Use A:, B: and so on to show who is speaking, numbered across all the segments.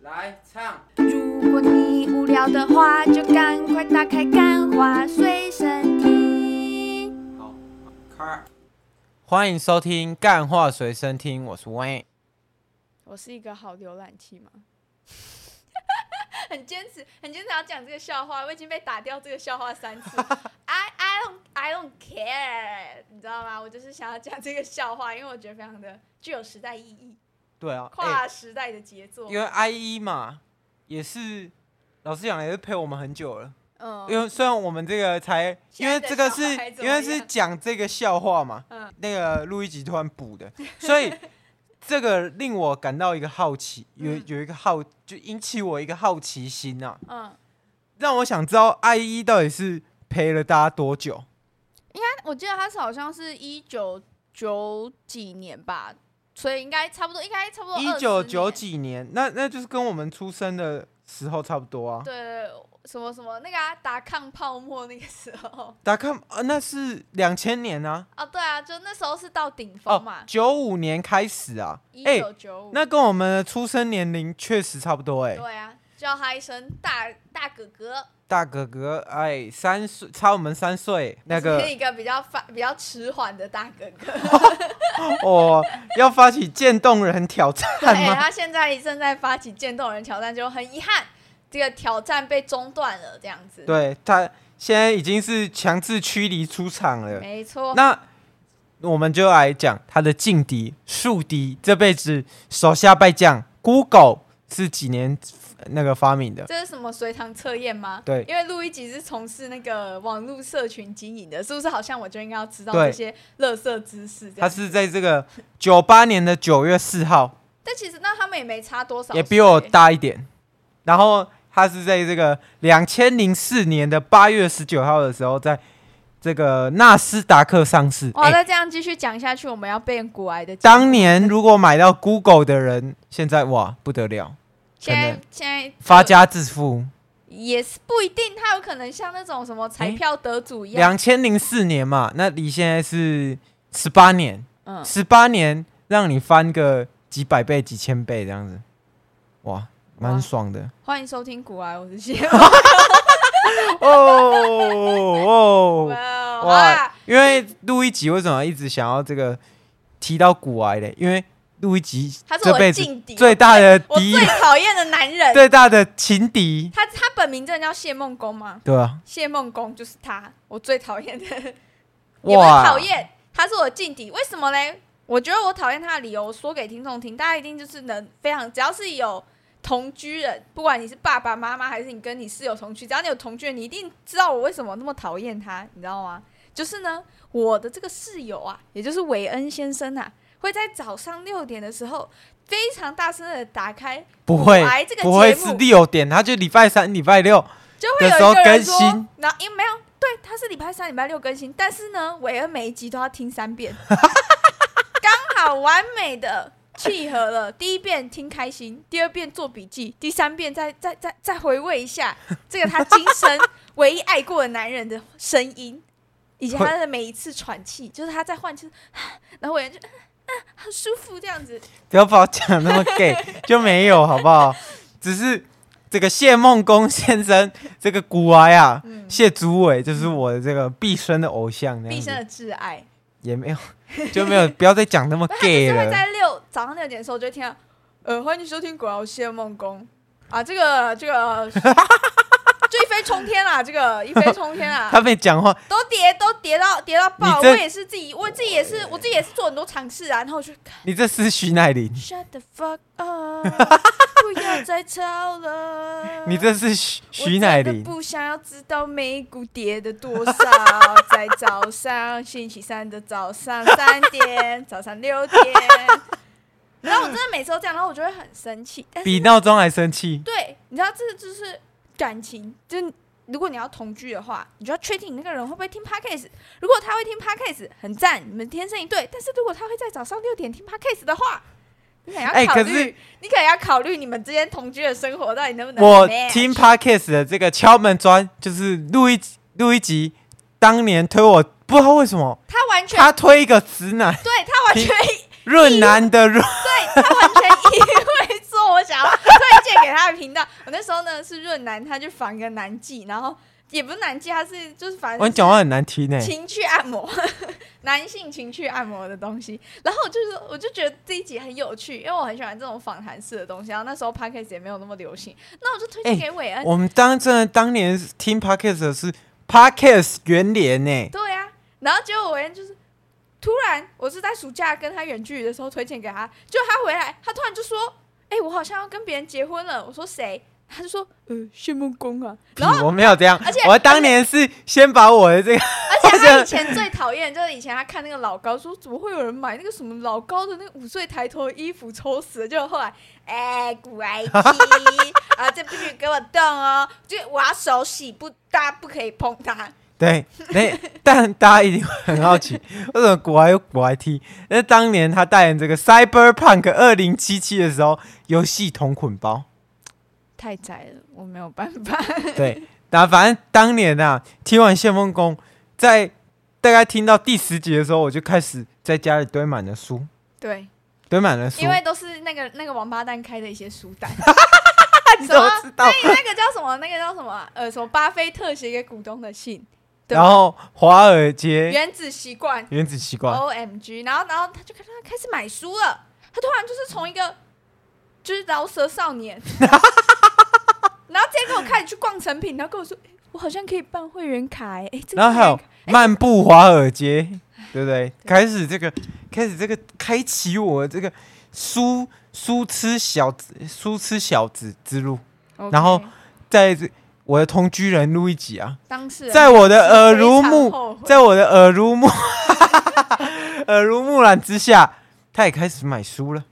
A: 来唱，
B: 如果你无聊的话，就赶快打开《干花随身听》。
A: 好，开。
C: 欢迎收听《干话随身听》，我是 Wayne。
D: 我是一个好浏览器吗？很坚持，很坚持要讲这个笑话，我已经被打掉这个笑话三 次。I I don't I don't care，你知道吗？我就是想要讲这个笑话，因为我觉得非常的具有时代意义，
C: 对啊，
D: 跨时代的杰作。
C: 因为 I E 嘛，也是老师讲也是陪我们很久了。因
D: 嗯，
C: 为虽然我们这个才，因
D: 现
C: 为
D: 在的
C: 这个
D: 小
C: 是
D: 孩怎
C: 因
D: 么
C: 为是
D: 样
C: 讲这个笑话嘛，
D: 嗯
C: 那个录一集突然补 的，所以这个令我感到一个好奇，有
D: 嗯
C: 有一个好就引起我一个好奇心啊，
D: 嗯，
C: 让我想知道 I E 到底是陪了大家多久。
D: 但我记得他是好像是一九九几年吧，所以应该差不多，应该差不多
C: 一九
D: 20
C: 九
D: 年
C: 几年，那那就是跟我们出生的时候差不多啊。
D: 对，什么什么那个、啊、打抗泡沫那个时候
C: 打看啊，那是两千年啊，
D: 啊，对啊，就那时候是到顶峰
C: 哦
D: 嘛，，
C: 九五年开始啊，
D: 一
C: 哎、
D: 九九五，
C: 那跟我们的出生年龄确实差不多哎、
D: 嗯对啊，叫他一声大大哥哥，
C: 大哥哥，哎，三岁差我们三岁，那
D: 是
C: 个
D: 一个比较发比较迟缓的大哥哥，
C: 哦，要发起渐冻人挑战
D: 哎、
C: 吗？
D: 他现在正在发起渐冻人挑战，就很遗憾，这个挑战被中断了，这样子，
C: 对他现在已经是强制驱离出场了。
D: 没错，
C: 那我们就来讲他的劲敌宿敌，这辈子手下败将 Google 是几年呃那个发明的？
D: 这是什么随堂测验吗？
C: 对
D: 因为路易吉是从事那个网络社群经营的，是不是？好像我就应该要知道
C: 对
D: 这些乐色知识这样。
C: 他是在这个九八年的九月四号，
D: 但其实那他们也没差多少，
C: 也比我。大一点。然后他是在这个两千零四年的八月十九号的时候，在这个纳斯达克上市。
D: 哇，
C: 哎
D: 再这样继续讲下去，我们要变古癌的节目。
C: 当年如果买到 Google 的人，现在哇不得了，
D: 现
C: 可
D: 在
C: 能
D: 现在
C: 发家致富。
D: 也是不一定，他有可能像那种什么彩票得主一样，
C: 两千零四年嘛，那离现在是十八年，
D: 嗯，
C: 十八年让你翻个几百倍、几千倍这样子，哇，蛮
D: 哇
C: 爽 的。
D: 欢迎收听古癌，我是 谢。
C: 哦哦，哇
D: 哇哇，
C: 因为录一集为什么一直想要这个提到古癌嘞？因为录一集
D: 他是
C: 这
D: 我
C: 辈
D: 的
C: 子
D: 劲敌，哦
C: 最大的
D: 我
C: 敌
D: 最，讨厌的男人。
C: 最大的情敌，
D: 他他本名真的叫谢梦工吗？
C: 对吧？
D: 谢梦工就是他，我最讨厌的，也不是
C: 哇，
D: 讨厌，他是我的劲敌。为什么嘞？我觉得我讨厌他的理由，我说给听众听，大家一定就是能非常，只要是有同居人，不管你是爸爸妈妈还是你跟你室友同居，只要你有同居人，你一定知道我为什么那么讨厌他，你知道吗？就是呢，我的这个室友啊，也就是韦恩先生啊，会在早上六点的时候非常大声的打开，
C: 不会
D: 来这个
C: 不会
D: 节目
C: 是六点，他就礼拜三、礼拜六，
D: 就会有一个
C: 的
D: 人
C: 时候更新
D: 说，然后因为没有，对，他是礼拜三、礼拜六更新，但是呢，韦恩每一集都要听三遍， 刚好完美的契合了。第一遍听开心，第二遍做笔记，第三遍再再再再回味一下这个他今生唯一爱过的男人的声音，以及他的每一次喘气，就是他在换气，就是 然后韦恩就。嗯嗯 很舒服，这样子，
C: 不要把我讲那么 gay，就 没有好不好？只是这个谢梦工先生，这个古癌啊，
D: 嗯，
C: 谢祖伟就是我的这个毕生的偶像，那样
D: 毕
C: 子
D: 生的挚爱。
C: 也没有就没有，不要再讲那么 gay
D: 就会
C: 了。
D: 在六早上六点的时候就会听到，呃，欢迎收听《果然谢梦工》啊，这个这个， 这一飞冲天啦，这个一飞冲天
C: 他
D: 啦，
C: 没讲话，
D: 都跌都跌到跌到爆，
C: 你
D: 我
C: 这
D: 也是自己，我自己也是我自己也是做很多尝试啊，然后我就
C: 你这是徐乃麟，
D: shut the fuck up，不要再吵了，
C: 你这是徐
D: 我
C: 徐乃
D: 真的
C: 麟，
D: 不想要知道美股跌的多少，在早上星期三的早上三点，早上六 点。然后我真的每次都这样，然后我就会很 生气。但是
C: 比闹钟还生气。
D: 对，你知道这就是感情，就是如果你要同居的话，你就要确定你那个人会不会听 podcast。如果他会听 podcast，很赞，你们天生一对。但是如果他会在早上六点听 podcast 的话，你可能
C: 哎
D: 要考
C: 可
D: 虑，
C: 是
D: 你可能要考虑你们之间同居的生活到底能不能
C: 我
D: match
C: 听 podcast 的这个敲门砖，就是录一录一集，当年推我不知道为什么
D: 他完全
C: 他推一个直男
D: 对他完全
C: 润男的润，
D: 对他完全意会说我想要推荐给他的频道。我那时候呢是润南，他去访一个男妓，然后也不是男妓，他是就是反
C: 我
D: 正
C: 哦你讲话很难听呢、
D: 情趣按摩， 男性情趣按摩的东西。然后我就是，我就觉得这一集很有趣，因为我很喜欢这种访谈式的东西。然后那时候 podcast 也没有那么流行，那我就推荐
C: 哎
D: 给韦恩。
C: 我们当真的当年听 podcast 的是 podcast 元联呢、
D: 对呀、然后结果韦恩就是突然，我是在暑假跟他远距离的时候推荐给他，就他回来，他突然就说：“哎、我好像要跟别人结婚了。”我说谁？他就 说：“呃，谢梦工啊。”然 后
C: 我没有这样
D: 而且，
C: 我当年是先把我的这个，
D: 而且他哎啊以前最讨厌就是以前他看那个老高，说怎么会有人买那个什么老高的那个五岁抬头的衣服，抽死了。就后来，哎、古埃及啊，这不许给我动哦，就我要手洗，不，大家不可以碰它。
C: 对，那但大家一定会很好 奇，为什么国外有国外 T？那当年他代言这个 Cyberpunk 二零七七的时候，游戏同捆 包，
D: 太窄了，我没有办法。
C: 对，那反正当年啊，听完谢梦工，在大概听到第十集的时候，我就开始在家里堆满了书，
D: 对，
C: 堆满了书，
D: 因为都是那个那个王八蛋开的一些书单。
C: 你
D: 什
C: 怎么
D: 么？
C: 知道
D: 那？那个叫什么？那个叫什么？呃，什么？巴菲特写给股东的信，对
C: 然后华尔街
D: 原子习惯。
C: 原子习惯，
D: O M G，然后然后他就看他开始买书了，他突然就是从一个就是饶舌少年， 然后直接跟我开始去逛成品，然后跟我说，诶我好像可以办会员卡、欸，哎、哎这个
C: 然后还有
D: 会员卡
C: 漫步华尔街，对不对？开始这个，开始这个，开启我这个书书痴小子书痴小子之路。然后
D: OK，
C: 在这我的同居人录一集啊，
D: 哎当事人
C: 在我的耳
D: 非
C: 濡
D: 常
C: 目，
D: 后悔
C: 在我的耳濡目 耳濡目染之下，他也开始买书了。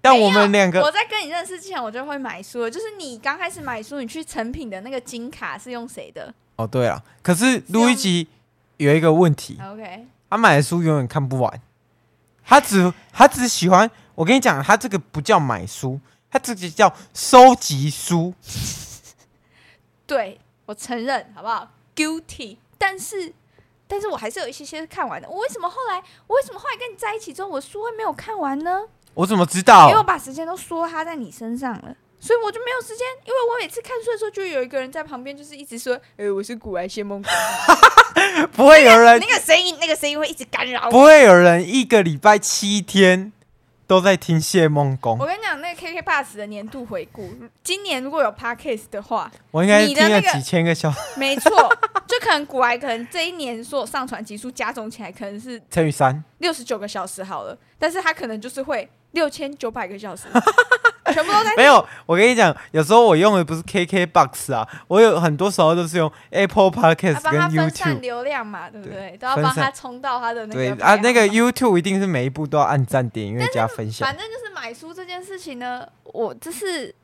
C: 但
D: 没
C: 我们
D: 有啊
C: 两个
D: 我在跟你认识之前，我就会买书了，就是你刚开始买书，你去成品的那个金卡是用谁的
C: 哦，对了，可是录
D: 用
C: 一集有一个问题，
D: ？OK，
C: 他买的书永远看不完，他只他只喜欢。我跟你讲，他这个不叫买书，他这个叫收集书。
D: 对我承认，好不好？Guilty，但是。但是我还是有一些些看完的。我为什么后来，我为什么后来跟你在一起之后，我书会没有看完呢？
C: 我怎么知
D: 因为
C: 道？
D: 我把时间都梭哈在你身上了，所以我就没有时间。因为我每次看书的时候，就有一个人在旁边，就是一直说：“哎、我是古埃谢梦工。
C: 不会有”人
D: 那，个声音，那个声音会一直干扰我。
C: 不会有人一个礼拜七天都在听谢梦
D: 我
C: 工。
D: 跟你讲，那个 KK Bus 的年度回顾，今年如果有 Podcast 的话，
C: 我应该听
D: 你的
C: 了
D: 那个
C: 几千个小时，
D: 没错，就可能古埃可能这一年所有上传集数加总起来，可能是
C: 乘以三，
D: 六十九个小时好了，但是他可能就是会六千九百个小时，全部 都在
C: 没有。我跟你讲，有时候我用的不是 KK Box 啊，我有很多时候都是用 Apple
D: 他
C: Podcast
D: 啊帮
C: 跟
D: 他分散
C: YouTube。
D: 流量嘛，对不
C: 对
D: 对？都要
C: 分
D: 帮
C: 散
D: 他冲到他的那个
C: 对
D: 排
C: 啊，
D: 行
C: 那个
D: 榜
C: YouTube 一定是每一步都要按赞、点阅加分享。
D: 反正就是买书这件事情呢，我这是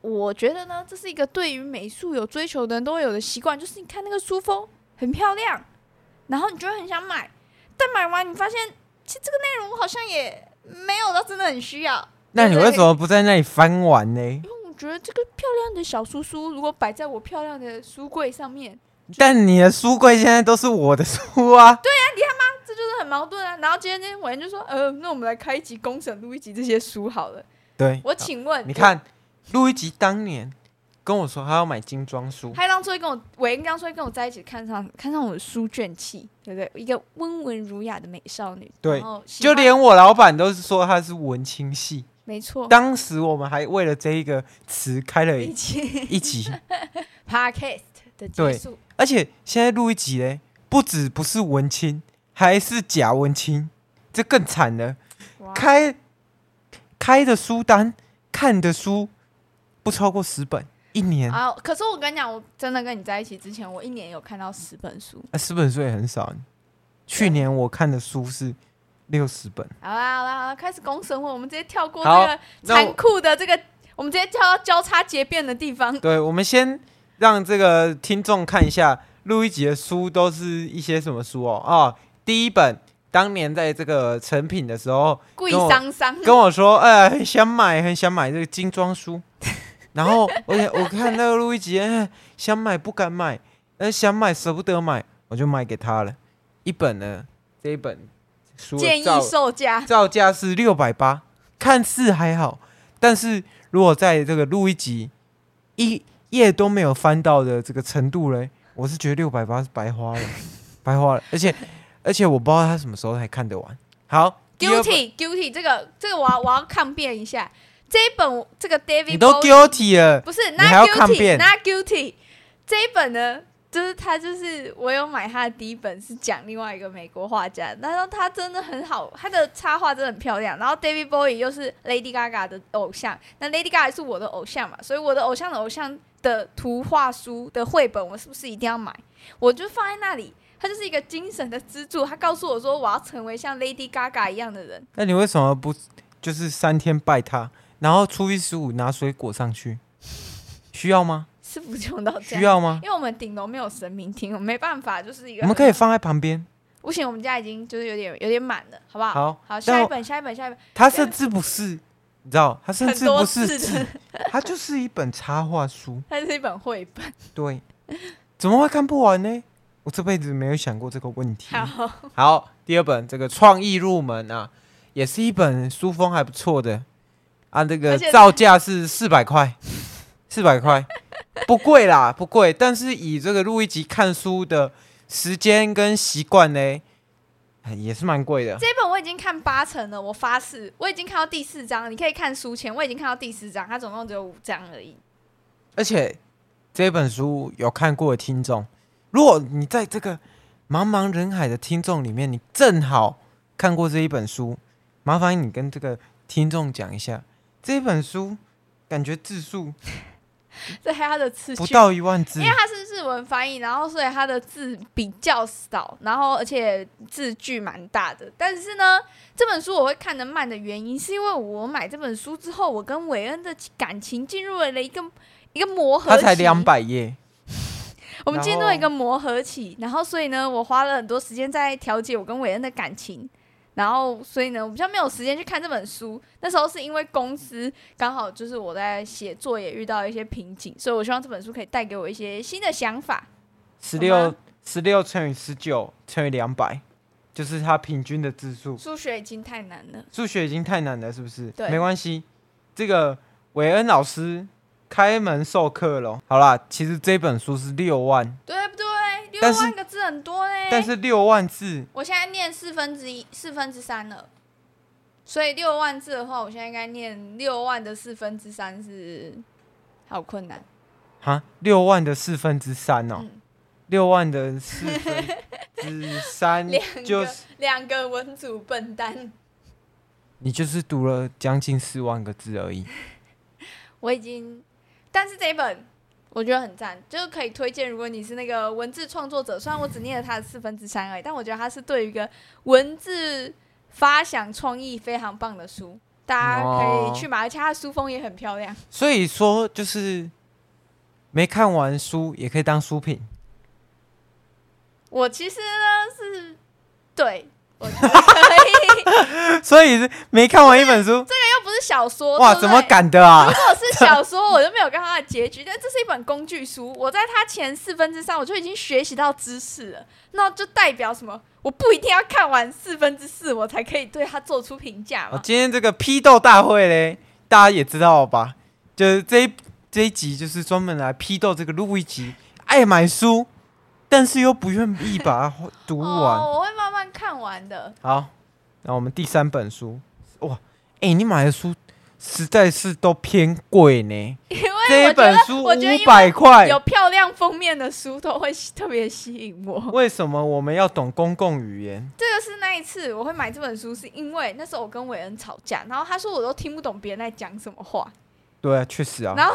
D: 我觉得呢，这是一个对于美术有追求的人都会有的习惯，就是你看那个书封很漂亮，然后你就会很想买，但买完你发现其实这个内容我好像也没有到真的很需要。
C: 那你
D: 对不
C: 为
D: 对
C: 什么不在那里翻完呢？
D: 因为我觉得这个漂亮的小书书，如果摆在我漂亮的书柜上面，
C: 但你的书柜现在都是我的书 啊。
D: 这就是很矛盾啊。然后今天今天我就说，呃，那我们来开一集公审录一集这些书好了。
C: 对，
D: 我请问，
C: 你看，路易吉当年跟我说他要买精装书，
D: 他当初会跟我，伟恩当初会跟我在一起，看上看上我的书卷气，对不对？一个温文儒雅的美少女，
C: 对
D: 然后喜
C: 就
D: 欢
C: 连我老板都是说他是文青系。
D: 没错，
C: 当时我们还为了这一个词开了
D: 一起
C: 一集，
D: podcast 的结
C: 对
D: 束，
C: 而且现在录一集嘞，不止不是文青，还是假文青，这更惨了。
D: 哇
C: 开开的书单看的书不超过十本，一年
D: 啊！可是我跟你讲，我真的跟你在一起之前，我一年有看到十本书。
C: 啊，十本书也很少。去年我看的书是六十本，
D: 好啦好啦好啦，开始公审我，我们直接跳过这
C: 好
D: 个
C: 那我
D: 残酷的这个，我们直接跳到交叉结辩的地方。
C: 对，我们先让这个听众看一下录一集的书都是一些什么书哦。啊、第一本当年在这个成品的时候
D: 贵
C: 跟我
D: 桑桑，
C: 跟我说，哎、很想买，很想买这个精装书。 然后我也我看那个录一集，哎想买不敢买，呃，想买舍不得买，我就卖给他了。一本呢，这一本书的
D: 建议
C: 照
D: 售价
C: 造价是六百八，看似还好，但是如果在这个录一集一页都没有翻到的这个程度嘞，我是觉得六百八是白花了， 白花了。而且而且我不知道他什么时候才看得完。好第二本
D: guilty guilty 这个这个我要我要抗辩一下，这一本我这个 David
C: 你都
D: Bowie-
C: guilty 了，
D: 不是
C: 还要
D: not
C: 抗
D: guilty
C: 辩
D: not guilty 这一本呢，就是他就是我有买他的第一本是讲另外一个美国画家，然后他真的很好，他的插画真的很漂亮，然后 David Bowie 又是 Lady Gaga 的偶像，那 Lady Gaga 是我的偶像嘛，所以我的偶像的偶像的图画书的绘本，我是不是一定要买？我就放在那里。他就是一个精神的支柱，他告诉我说我要成为像 Lady Gaga 一样的人。
C: 那你为什么不就是三天拜他，然后初一十五拿水果上去？需要吗？
D: 是不是用到哦这
C: 需
D: 样？
C: 要吗？
D: 因为我们顶楼没有神明厅，我们没办法，就是一个
C: 我们可以放在旁边。
D: 不行，我们家已经就是有点有点满了，好不好？
C: 好
D: 下
C: 但
D: 一
C: 我
D: 本，下一本，下一本，
C: 他甚至不是，你知道，他甚
D: 很
C: 至
D: 多
C: 不
D: 次
C: 是字，
D: 的，
C: 他就是一本插画书。
D: 它是一本绘本。
C: 对，怎么会看不完呢？我这辈子没有想过这个问题。
D: 好，
C: 好，第二本这个创意入门啊，也是一本书风还不错的啊。这
D: 而
C: 个
D: 且
C: 造价是四百块，四百 块不贵啦，不贵。但是以这个录一集看书的时间跟习惯呢，哎也是蛮贵的。
D: 这本我已经看八成了，我发誓，我已经看到第四章，你可以看书前，我已经看到第四章，它总共只有五章而已。
C: 而且这本书有看过的听众，如果你在这个茫茫人海的听众里面，你正好看过这一本书，麻烦你跟这个听众讲一下，这本书感觉字数
D: 这还有它的次
C: 不
D: 序，
C: 到一万字
D: 因为，它是日文翻译，然后所以它的字比较少，然后而且字距蛮大的。但是呢，这本书我会看得慢的原因，是因为我买这本书之后，我跟韦恩的感情进入了一个一个磨合期。
C: 它才两百页，
D: 我们进入
C: 然后
D: 一个磨合期，然后所以呢，我花了很多时间在调解我跟韦恩的感情，然后所以呢，我比较没有时间去看这本书。那时候是因为公司刚好就是我在写作也遇到一些瓶颈，所以我希望这本书可以带给我一些新的想法。
C: 十
D: 好
C: 六
D: 吗
C: 十六乘以十九乘以两百，就是它平均的字数。
D: 数学已经太难了，
C: 数学已经太难了，是不是？
D: 对
C: 没关系，这个韦恩老师开门授课喽。好啦，其实这本书是六万，
D: 对不对？六
C: 但是
D: 万个字很多嘞。
C: 但是六万字
D: 我现在念四分之一、四分之三了，所以六万字的话，我现在应该念六万的四分之三是好困难。
C: 哈，六万的四分之三哦
D: 嗯，
C: 六、万的四分之三
D: 两
C: 就
D: 个
C: 是
D: 两个文组笨蛋，
C: 你就是读了将近四万个字而已。
D: 我已经，但是这一本我觉得很赞，就是可以推荐。如果你是那个文字创作者，虽然我只念了他的四分之三而已，但我觉得他是对于一个文字发想创意非常棒的书，大家可
C: 哦
D: 以去买，而且他的书封也很漂亮。
C: 所以说，就是没看完书也可以当书评。
D: 我其实呢是对。我觉得可以，
C: 所以是没看完一本书，
D: 又不是小说，
C: 哇，
D: 对不
C: 怎么
D: 对
C: 敢的啊
D: 如？果是 小说，我就没有看它的结局，但这是一本工具书，我在它前四分之三我就已经学习到知识了，那就代表什么？我不一定要看完四分之四，我才可以对它做出评价
C: 哦
D: 嘛，。
C: 今天这个批斗大会嘞，大家也知道吧？就是这一这一集就是专门来批斗这个路易吉爱买书，但是又不愿意把它读完。
D: 哦，我会慢慢看完的。
C: 好，那我们第三本书，哇，哎、你买的书实在是都偏贵呢。
D: 因为
C: 这
D: 我
C: 一
D: 觉
C: 本
D: 得
C: 书
D: 哎我觉得因
C: 五
D: 为
C: 百块，
D: 有漂亮封面的书都会吸特别吸引我。
C: 为什么我们要懂公共语言？
D: 这个是那一次我会买这本书，是因为那时候我跟伟恩吵架，然后他说我都听不懂别人在讲什么话，
C: 对啊，确实啊。
D: 然后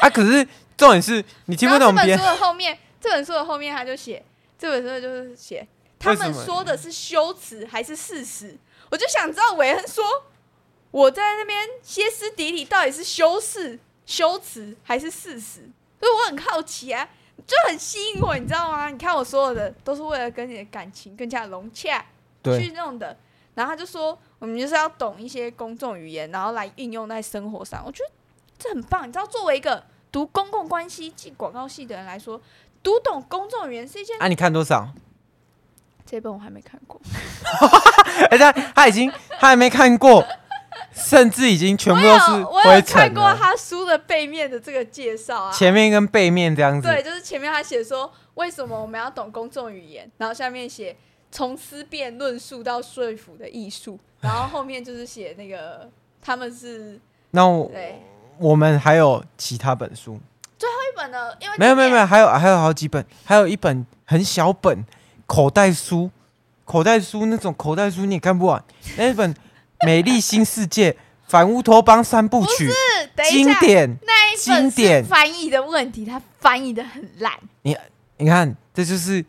C: 啊，可是重点是你听不懂别
D: 然
C: 人
D: 后这本书的后面，这本书的后面他就写，这本书就是写他
C: 为什
D: 们
C: 么
D: 说的是修辞还是事实？我就想知道韦恩说我在那边歇斯底里到底是修饰、修辞还是事实，所以我很好奇啊，就很吸引我，你知道吗？你看我所有的都是为了跟你的感情更加融洽
C: 对
D: 去弄的。然后他就说，我们就是要懂一些公众语言，然后来运用在生活上。我觉得这很棒。你知道，作为一个读公共关系即广告系的人来说，读懂公众语言是一件……
C: 啊，你看多少？
D: 这本我还没看过，
C: 哎而且他已经他还没看过，甚至已经全
D: 我
C: 部都
D: 有
C: 是
D: 我有
C: 灰
D: 看
C: 尘
D: 过
C: 了，
D: 他书的背面的这个介绍啊，
C: 啊前面跟背面这样子。
D: 对，就是前面他写说为什么我们要懂公众语言，然后下面写从思辨论述到说服的艺术，然后后面就是写那个他们是
C: 那我
D: 对哦
C: 我们还有其他本书，
D: 绘本的，因为
C: 没有没有没
D: 有，
C: 有，还有还有好几本，还有一本很小本口袋书，口袋书那种口袋书你也看不完，那一本《美丽新世界》《反乌托邦三部曲》
D: 是等一
C: 经
D: 下，
C: 典，
D: 那一本
C: 经
D: 是
C: 典
D: 翻译的问题，他翻译的很烂，
C: 你看这就是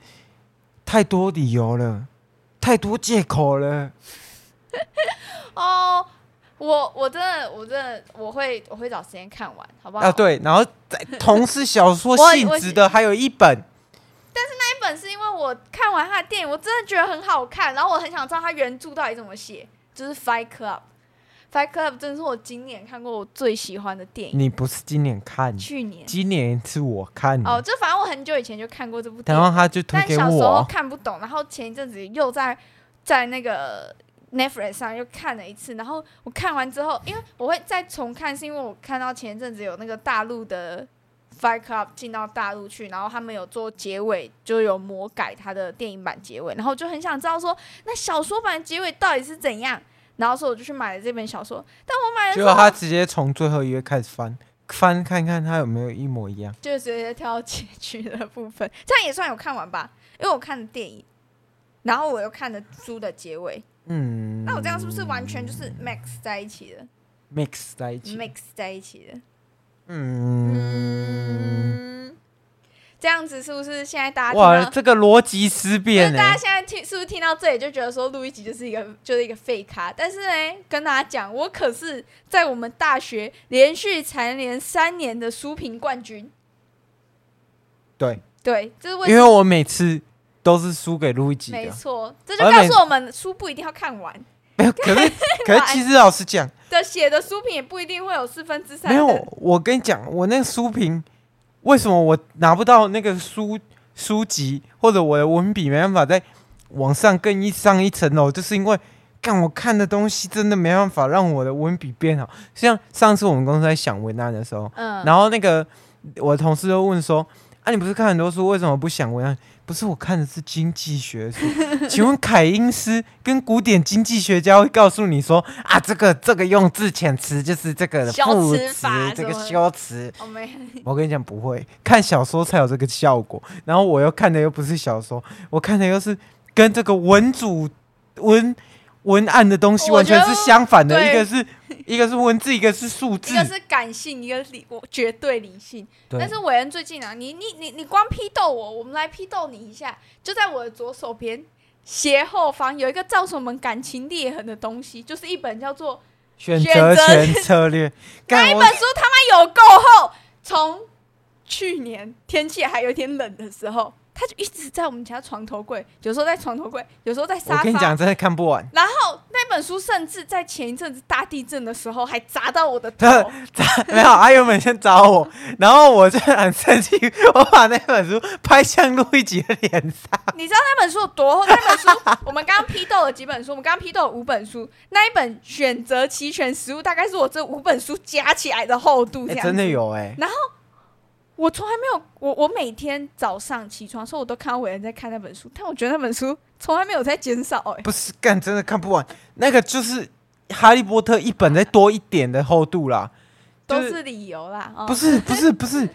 C: 太多理由了，太多借口了。
D: 哦。我我真的我真的我会我会找时间看完，好不好？
C: 啊，对，然后在同是小说
D: 我
C: 性
D: 我
C: 质的，还有一 本，
D: 那一本是因为我看完他的电影，我真的觉得很好看，然后我很想知道他原著到底怎么写，就是《Fight Club》，《Fight Club》真的是我今年看过我最喜欢的电影。
C: 你不是今年看，
D: 去年
C: 今年是我看的，
D: 哦，就反正我很久以前就看过这部电
C: 然
D: 影，
C: 后他就推
D: 但
C: 给
D: 小时候
C: 我，
D: 看不懂，然后前一阵子又在在那个 Netflix 上又看了一次，然后我看完之后，因为我会再重看，是因为我看到前一阵子有那个大陆的 Fight Club 进到大陆去，然后他们有做结尾，就有魔改它的电影版结尾，然后我就很想知道说那小说版结尾到底是怎样，然后所以我就去买了这本小说，但我买了
C: 结
D: 之
C: 果
D: 后
C: 他直接从最后一页开始翻，翻看看他有没有一模一样。
D: 就直接跳到结局的部分，这样也算有看完吧，因为我看了电影。然后我又看了书的结尾，
C: 嗯，
D: 那我这样是不是完全就是 max 在一起的
C: mix 在一起？
D: ，mix 在一起的？
C: 嗯，
D: 嗯，这样子是不是现在大家听
C: 哇，
D: 到？
C: 这个逻辑思
D: 就
C: 辨欸呢、
D: 是大家现在听，是不是听到这里就觉得说录一集就是一个就是一个废咖？但是呢，跟大家讲，我可是在我们大学连续蝉联三年的书评冠军。
C: 对，
D: 对，这是为
C: 因
D: 什
C: 为
D: 么？
C: 我每次都是输给路易吉
D: 没
C: 的，
D: 错，这就
C: 而
D: 告
C: 每
D: 诉我们书不一定要看完
C: 没有。可 是可是，其实老实讲，
D: 的，写的书评也不一定会有四分之三
C: 没
D: 的。
C: 有，我跟你讲，我那个书评，为什么我拿不到那个书书籍，或者我的文笔没办法再往上更一上一层楼，就是因为干我看的东西真的没办法让我的文笔变好。像上次我们公司在想文案的时候，
D: 嗯，
C: 然后那个我的同事就问说：“啊，你不是看很多书，为什么不想文案？”不是我看的是经济学书， 请问凯因斯跟古典经济学家会告诉你说啊，这个这个用字遣词就是这个
D: 修
C: 副
D: 辞
C: 词
D: 法，
C: 这个
D: 什么
C: 修辞。
D: 我 没
C: 我跟你讲不会，看小说才有这个效果。然后我又看的又不是小说，我看的又是跟这个文主文文案的东西
D: 我
C: 完
D: 觉得
C: 全是相反的，
D: 对
C: 一个是一个是文字，一个是数字
D: 一。个是感性，一个是理，我绝对理性。
C: 对
D: 但是韦恩最近啊，你你你你光批斗我，我们来批斗你一下。就在我的左手边斜后方有一个造成我们感情裂痕的东西，就是一本叫
C: 哦
D: 做
C: 选
D: 选
C: 择
D: 择
C: 权策略，
D: 那
C: 干
D: 一
C: 我
D: 本书他妈有够厚，从去年天气还有点冷的时候，它就一直在我们家床头柜，有时候在床头柜，有时候在沙
C: 我
D: 发。
C: 跟你讲，真的看不 完，
D: 然后那本书甚至在前一阵子大地震的时候还砸到我的 头。
C: 没有阿友们先找我，然后我就很生气，我把那本书拍向路易吉的脸上。
D: 你知道那本书有多厚？那本书我们刚刚批斗了几本书，我们刚刚批斗了五本书，那一本《选择齐全实务》大概是我这五本书加起来的厚度这
C: 哎
D: 样、
C: 真的，有哎、
D: 我从来没有，我我每天早上起床的时候，我都看到伟人在看那本书，但我觉得那本书从来没有在减少、哎，
C: 不是干真的看不完，那个就是《哈利波特》一本再多一点的厚度啦，就
D: 都是理由啦。哦、
C: 不是不是不是，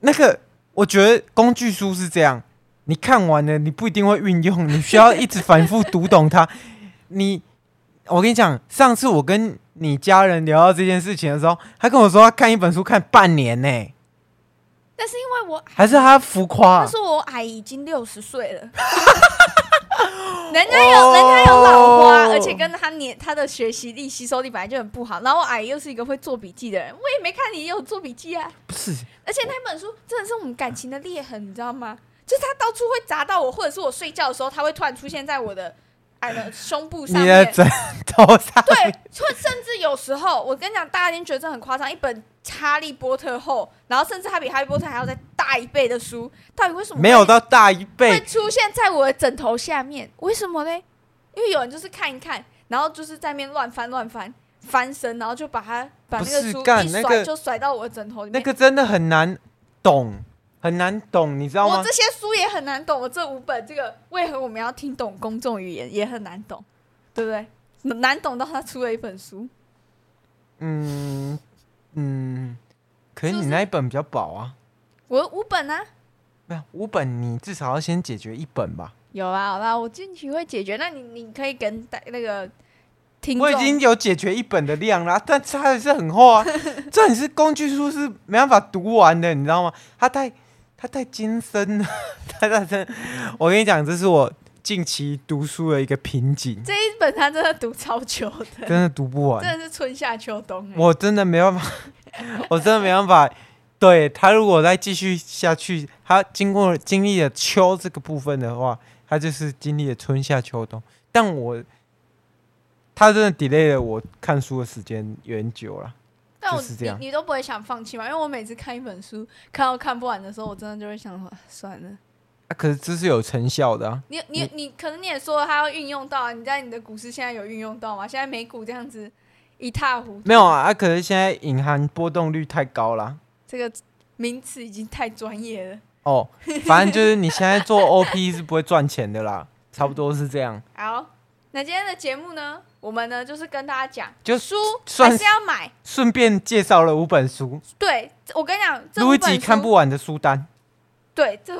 C: 那个我觉得工具书是这样，你看完了你不一定会运用，你需要一直反复读懂它。 你，我跟你讲，上次我跟你家人聊到这件事情的时候，他跟我说他看一本书看半年呢、
D: 但是因为我
C: 还是他浮夸、
D: 他说我阿姨已经六十岁了， 人家
C: 哦
D: 有人家有老花，而且跟他年他的学习力、吸收力本来就很不好。然后我阿姨又是一个会做笔记的人，我也没看你有做笔记啊。
C: 不是，
D: 而且那本书真的是我们感情的裂痕，你知道吗？就是他到处会砸到我，或者是我睡觉的时候，他会突然出现在我的哎的胸部上
C: 你的
D: 面。
C: 枕头上
D: 对，或甚至有时候，我跟你讲，大家一定觉得这很夸张。一本《哈利波特》厚，然后甚至它比《哈利波特》还要再大一倍的书，到底为什么会
C: 没有到大一
D: 会
C: 倍，
D: 出现在我的枕头下面，为什么呢？因为有人就是看一看，然后就是在那边乱翻乱翻，翻身，然后就把它把那
C: 不
D: 个
C: 是
D: 书
C: 干
D: 一
C: 那
D: 甩，
C: 个
D: 就甩到我的枕头里
C: 那
D: 面。
C: 个真的很难懂，很难懂，你知道
D: 我
C: 吗
D: 这？些书也很难懂，我这五本这个为何我们要听懂公众语言也很难懂，对不对？难懂到他出了一本书，
C: 嗯嗯，可是
D: 就
C: 你
D: 是
C: 那一本比较薄啊，
D: 我有五本啊，
C: 没有五本，你至少要先解决一本吧。
D: 有啊，好啦，我进去会解决。那你你可以跟大那个听众，
C: 我已经有解决一本的量啦，但它还是很 厚啊。这你是工具书是没办法读完的，你知道吗？它太它太艰深了， 它太深。我跟你讲，这是我近期读书的一个瓶颈，
D: 这一本他真的读超久的，
C: 真的读不完。
D: 真的是春夏秋冬、欸。
C: 我真的没办法，我真的没办法。对他如果再继续下去，他经过经历了秋这个部分的话，他就是经历了春夏秋冬。但我他真的 delay 了我看书的时间有点久了。
D: 但我
C: 就是这样
D: 你你都不会想放弃吗？因为我每次看一本书，看到看不完的时候，我真的就会想说啊算了。
C: 啊，可是这是有成效的啊。
D: 你你你，可能你也说它要运用到啊，你在你的股市现在有运用到吗？现在美股这样子一塌糊涂，
C: 没有啊，啊，可是现在隐含波动率太高啦。
D: 这个名词已经太专业了。
C: 哦，反正就是你现在做 OP 是不会赚钱的啦，差不多是这样。
D: 好，那今天的节目呢，我们呢就是跟大家讲，
C: 就
D: 书
C: 算
D: 还是要买。
C: 顺便介绍了五本书，
D: 对，我跟你讲，这
C: 录一
D: 五本
C: 集
D: 书
C: 看不完的书单。
D: 对，这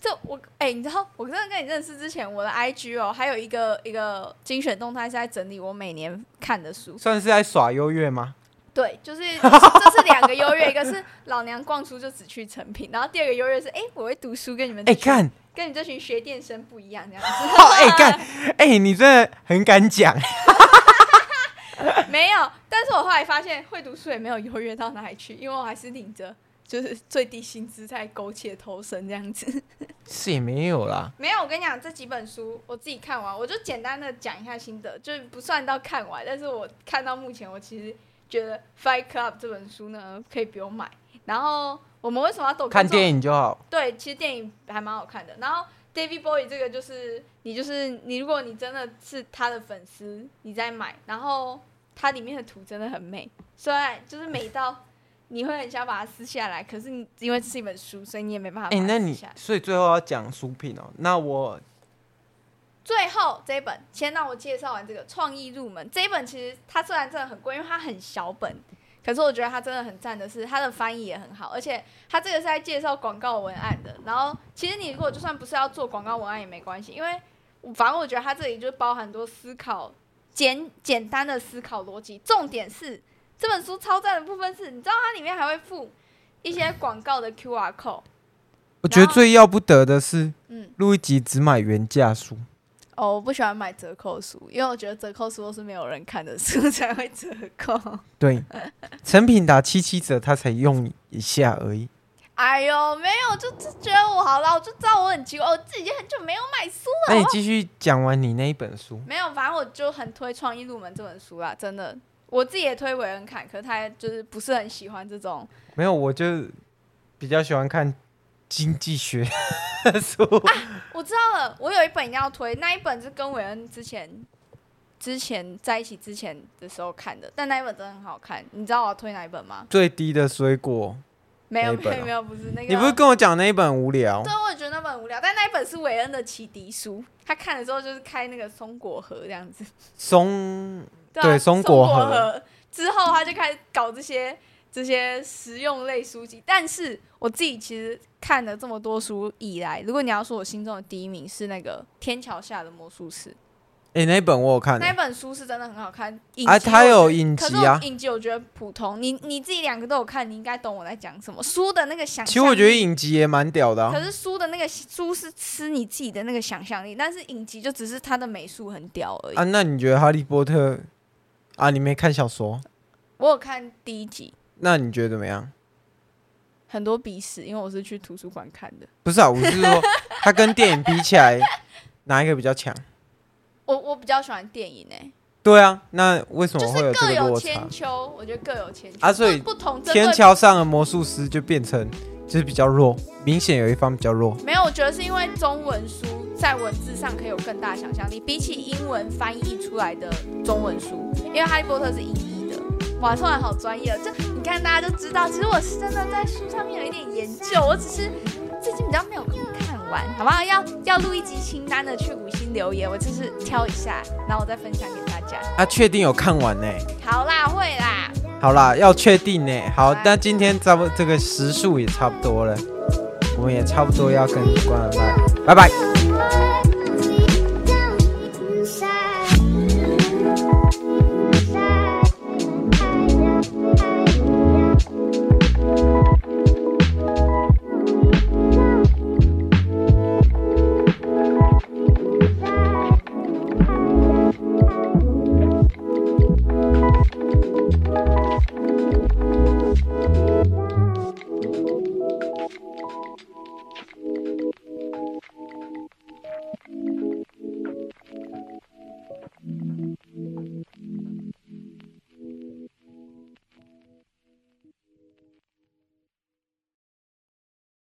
D: 这我哎、你知道，我真的跟你认识之前，我的 IG 哦，还有一个一个精选动态是在整理我每年看的书。
C: 算是在耍优越吗？
D: 对，就是这是两个优越，一个是老娘逛书就只去成品，然后第二个优越是哎、我会读书，跟你们这
C: 哎、
D: 群
C: 看，
D: 跟你这群学电生不一样这样子。
C: 哦，哎、看，哎、你真的很敢讲。
D: 没有，但是我后来发现会读书也没有优越到哪里去，因为我还是领着就是最低薪资在苟且偷生这样子。
C: 是也没有啦，
D: 没有，我跟你讲，这几本书我自己看完，我就简单的讲一下心得，就是不算到看完，但是我看到目前，我其实觉得《Fight Club》这本书呢，可以不用买。然后我们为什么要抖？
C: 看电
D: 影？
C: 影就好。
D: 对，其实电影还蛮好看的。然后 David Bowie 这个就是你，就是你，如果你真的是他的粉丝，你再买，然后它里面的图真的很美，虽然就是美到你会很想把它撕下来，可是你因为这是一本书，所以你也没办法把
C: 哎、
D: 它撕下
C: 那
D: 来。
C: 你所以最后要讲书品哦。那我
D: 最后这一本，先让我介绍完这个《创意入门》这一本，其实它虽然真的很贵，因为它很小本，可是我觉得它真的很赞的是它的翻译也很好，而且它这个是在介绍广告文案的。然后其实你如果就算不是要做广告文案也没关系，因为反正我觉得它这里就包含很多思考简简单的思考逻辑。重点是这本书超赞的部分是，你知道它里面还会附一些广告的 QR code，
C: 我觉得最要不得的是
D: 嗯。
C: 录一集只买原价书。
D: 哦，我不喜欢买折扣书，因为我觉得折扣书都是没有人看的书 才会折扣。
C: 对， 成品打七七折，他才用一下而已。
D: 哎呦，没有，就就觉得我好啦，我就知道我很奇怪，我自己已经很久没有买书
C: 那
D: 了。
C: 你继续讲完你那一本书，
D: 没有，反正我就很推《创意入门》这本书啦，真的，我自己也推韦恩看，可是他就是不是很喜欢这种。
C: 没有？我就比较喜欢看经济 学的书。
D: 我知道了，我有一本一定要推，那一本是跟韦恩之前之前在一起之前的时候看的，但那一本真的很好看。你知道我要推哪一本吗？
C: 最低的水果，
D: 没
C: 哪
D: 有，
C: 一
D: 没
C: 本啊
D: 有，没有，不是那个。
C: 你不是跟我讲那一本很无聊？
D: 对，啊我也觉得那本很无聊，但那一本是韦恩的启迪书，他看的时候就是开那个松果盒这样子，
C: 松
D: 对,、啊、
C: 对
D: 松
C: 松果盒
D: 盒之后他就开始搞这些这些实用类书籍，但是我自己其实看了这么多书以来，如果你要说我心中的第一名是那个《天桥下的魔术师》，
C: 哎、那一本我有看、
D: 那一
C: 欸，
D: 本书是真的很好看，影
C: 啊
D: 集
C: 它
D: 我
C: 有
D: 觉得
C: 影
D: 可是
C: 集
D: 我
C: 啊
D: 影集我觉得普通，你你自己两个都有看，你应该懂我在讲什么。书的那个想象力，
C: 其实我觉得影集也蛮屌的、
D: 可
C: 啊。
D: 是书的那个书是吃你自己的那个想象力，但是影集就只是它的美术很屌而已。
C: 啊，那你觉得《哈利波特》啊，你没看小说，
D: 我有看第一集，
C: 那你觉得怎么样？
D: 很多鼻屎，因为我是去图书馆看的。
C: 不是啊，我是 说它跟电影比起来，哪一个比较强？
D: 我我比较喜欢电影诶、欸
C: 对啊，那为什么会有这
D: 各
C: 个
D: 有
C: 落差
D: 千？秋，我觉得各有千秋
C: 啊所以
D: 不不同针
C: 天
D: 对
C: 桥上的魔术师就变成就是比较弱，明显有一方比较弱。
D: 没有，我觉得是因为中文书在文字上可以有更大想象力，比起英文翻译出来的中文书，因为《哈利波特》是英译的，哇，突然好专业哦！这你看大家就知道，其实我是真的在书上面有一点研究，我只是最近比较没有空看完，好不好？要要录一集清单的去五星留言，我就是挑一下，然后我再分享给大家。
C: 啊，确定有看完呢、
D: 好啦，会啦，
C: 好啦，要确定呢、好
D: 好啊，
C: 那今天咱们这个时数也差不多了，我们也差不多要跟关了，拜拜。